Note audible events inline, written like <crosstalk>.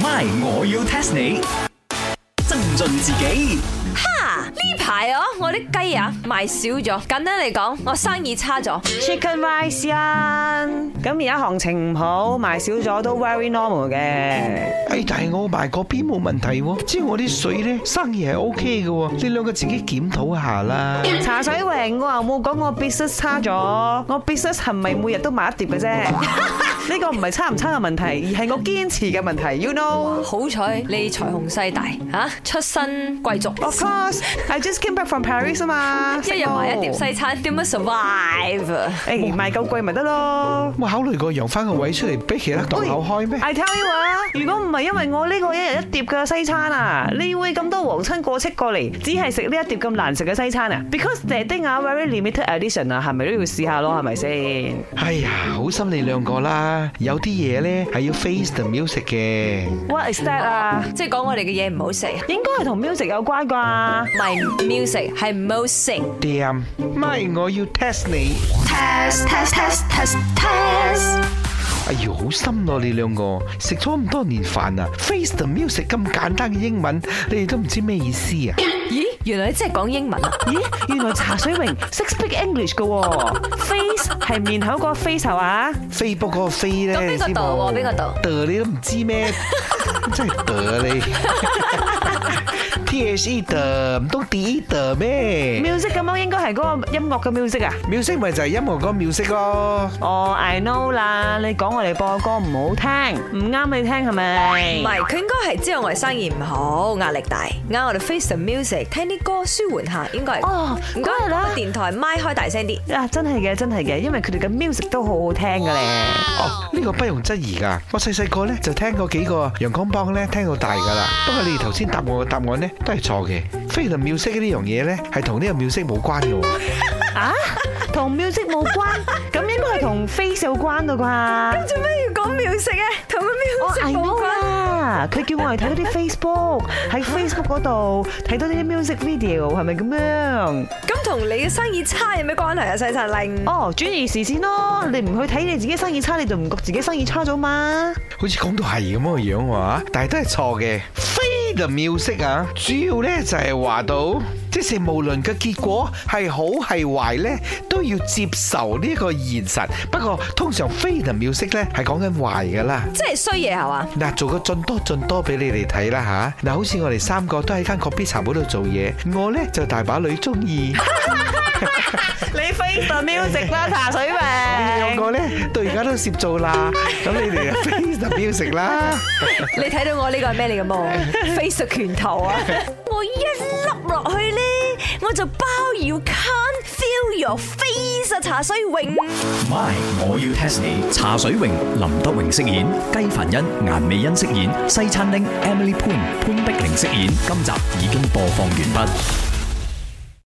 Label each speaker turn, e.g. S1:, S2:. S1: My，我要 test 你。增進自己
S2: 哈！呢排啊，我啲雞啊賣少咗，簡單嚟講，我生意差咗。
S3: Chicken rice 啊，咁而家行情唔好，賣少咗都 very normal 嘅。
S4: 哎，但係我賣嗰邊冇問題喎，即係我啲水咧生意係 O K 嘅喎，你兩個自己檢討下啦。
S3: 茶水榮，我又冇講我 business 差咗，我 business 係咪每日都賣一碟嘅啫？ <laughs> 呢個唔係差唔差嘅問題，而係我堅持嘅問題。You know，of
S2: 好彩你財雄勢大吓，出身貴族，
S3: 哦 course，I just came back from Paris 啊嘛，
S2: <laughs> 一日賣一碟西餐，點樣 survive？啊
S3: 誒賣夠貴咪得咯。
S4: 我考慮過讓翻個位出嚟俾其他檔口開咩？
S3: I tell you 啊，如果唔係因為我呢個一日一碟嘅西餐啊，你會咁多皇親過戚過嚟，只係食呢一碟咁難食嘅西餐啊？Because 嗲丁啊 very limited edition 啊，係咪都要試下咯？係咪先？
S4: 哎呀，好心你兩個啦，有啲嘢咧係要 face the music 嘅。
S3: What is that 啊？
S2: 即係講我哋嘅嘢唔好食，啊
S3: 應該係同 music 有關啩？
S2: 唔係 music 係唔好食。
S4: Damn，咪我要 test 你。
S5: test test test test test
S4: 哎呀，好深咯、你兩個食咗咁多年飯啊，face the music 咁簡單嘅英文，你哋都唔知咩意思啊？
S2: 咦，原來你真係講英文啊！
S3: 咦，原來茶水榮識 speak English 嘅喎，face 係面口個 face 係嘛？
S4: 飛波嗰個飛咧，
S2: 咁邊個
S4: 你知
S2: 度
S4: 冇
S2: 喎邊個度
S4: 度你都唔知咩？
S2: <laughs>
S4: 真係度你，T H E 度唔通 D E 度咩
S3: music 咁樣應該係嗰個音樂嘅 music 啊？
S4: ？music 咪就係音樂嗰個 music 咯。
S3: 哦、i know 啦，你講我哋播歌唔好聽，唔啱你聽係咪？
S2: 唔係，佢應該係知道我哋生意唔好，壓力大，啱我哋 face the music 聽啲歌舒緩下，應該係。
S3: 哦
S2: 唔該
S3: 嗰日啦
S2: 個電台咪開大聲啲。
S3: 啊，真係嘅，真係嘅，因為佢哋嘅 music 都好好聽嘅咧。
S4: 哦，呢個不容質疑㗎。我細細個咧就聽過幾個陽光幫咧，聽到大㗎啦。不過你哋頭先答我嘅答案咧都係錯嘅。飛輪 music 呢樣嘢咧係同呢個 music 冇關嘅喎。
S3: 啊，同 music 冇關， <laughs> 咁應該係同 face 有關嘅啩。
S2: 做咩要講 music 啊？同個
S3: 我
S2: music
S3: I
S2: 冇
S3: know
S2: 關。
S3: 啦，佢叫我哋睇嗰啲 Facebook，喺 <laughs> Facebook 嗰度睇到呢啲 music video 係咪咁樣？
S2: 咁同你嘅生意差有咩關係啊？細陳令，
S3: 哦，轉移視線咯，你唔去睇你自己生意差，你就唔覺自己生意差咗嘛？
S4: 好似講到係咁嘅樣喎，但係都係錯嘅。非 the music 啊，主要呢就係話到，即是無論嘅結果係好係壞呢，都要接受呢個現實。不過通常非 the music 呢係講緊壞噶啦。
S2: 即係衰嘢係 <laughs> 嘛？
S4: 嗱，做個盡多盡多俾你哋睇啦吓。嗱，好似我哋三個都喺間 coffee 茶鋪度做嘢，我呢就大把女中意，
S3: <laughs> 你 face the music <laughs> 啦，茶水榮
S4: 兩個呢到而家都攝做啦。咁你哋就 face the music 啦。
S2: 你睇到我呢個係咩嚟嘅 <laughs> 冇？face 拳頭 <laughs> 啊！我一粒落去咧，我就包 you can't feel your face 啊！茶水泳。
S1: ，My，我要 test 你。茶水榮、林德榮飾演，雞凡欣、顏美欣飾演，西餐廳 Emily Poon 潘碧玲飾演。今集已經播放完畢。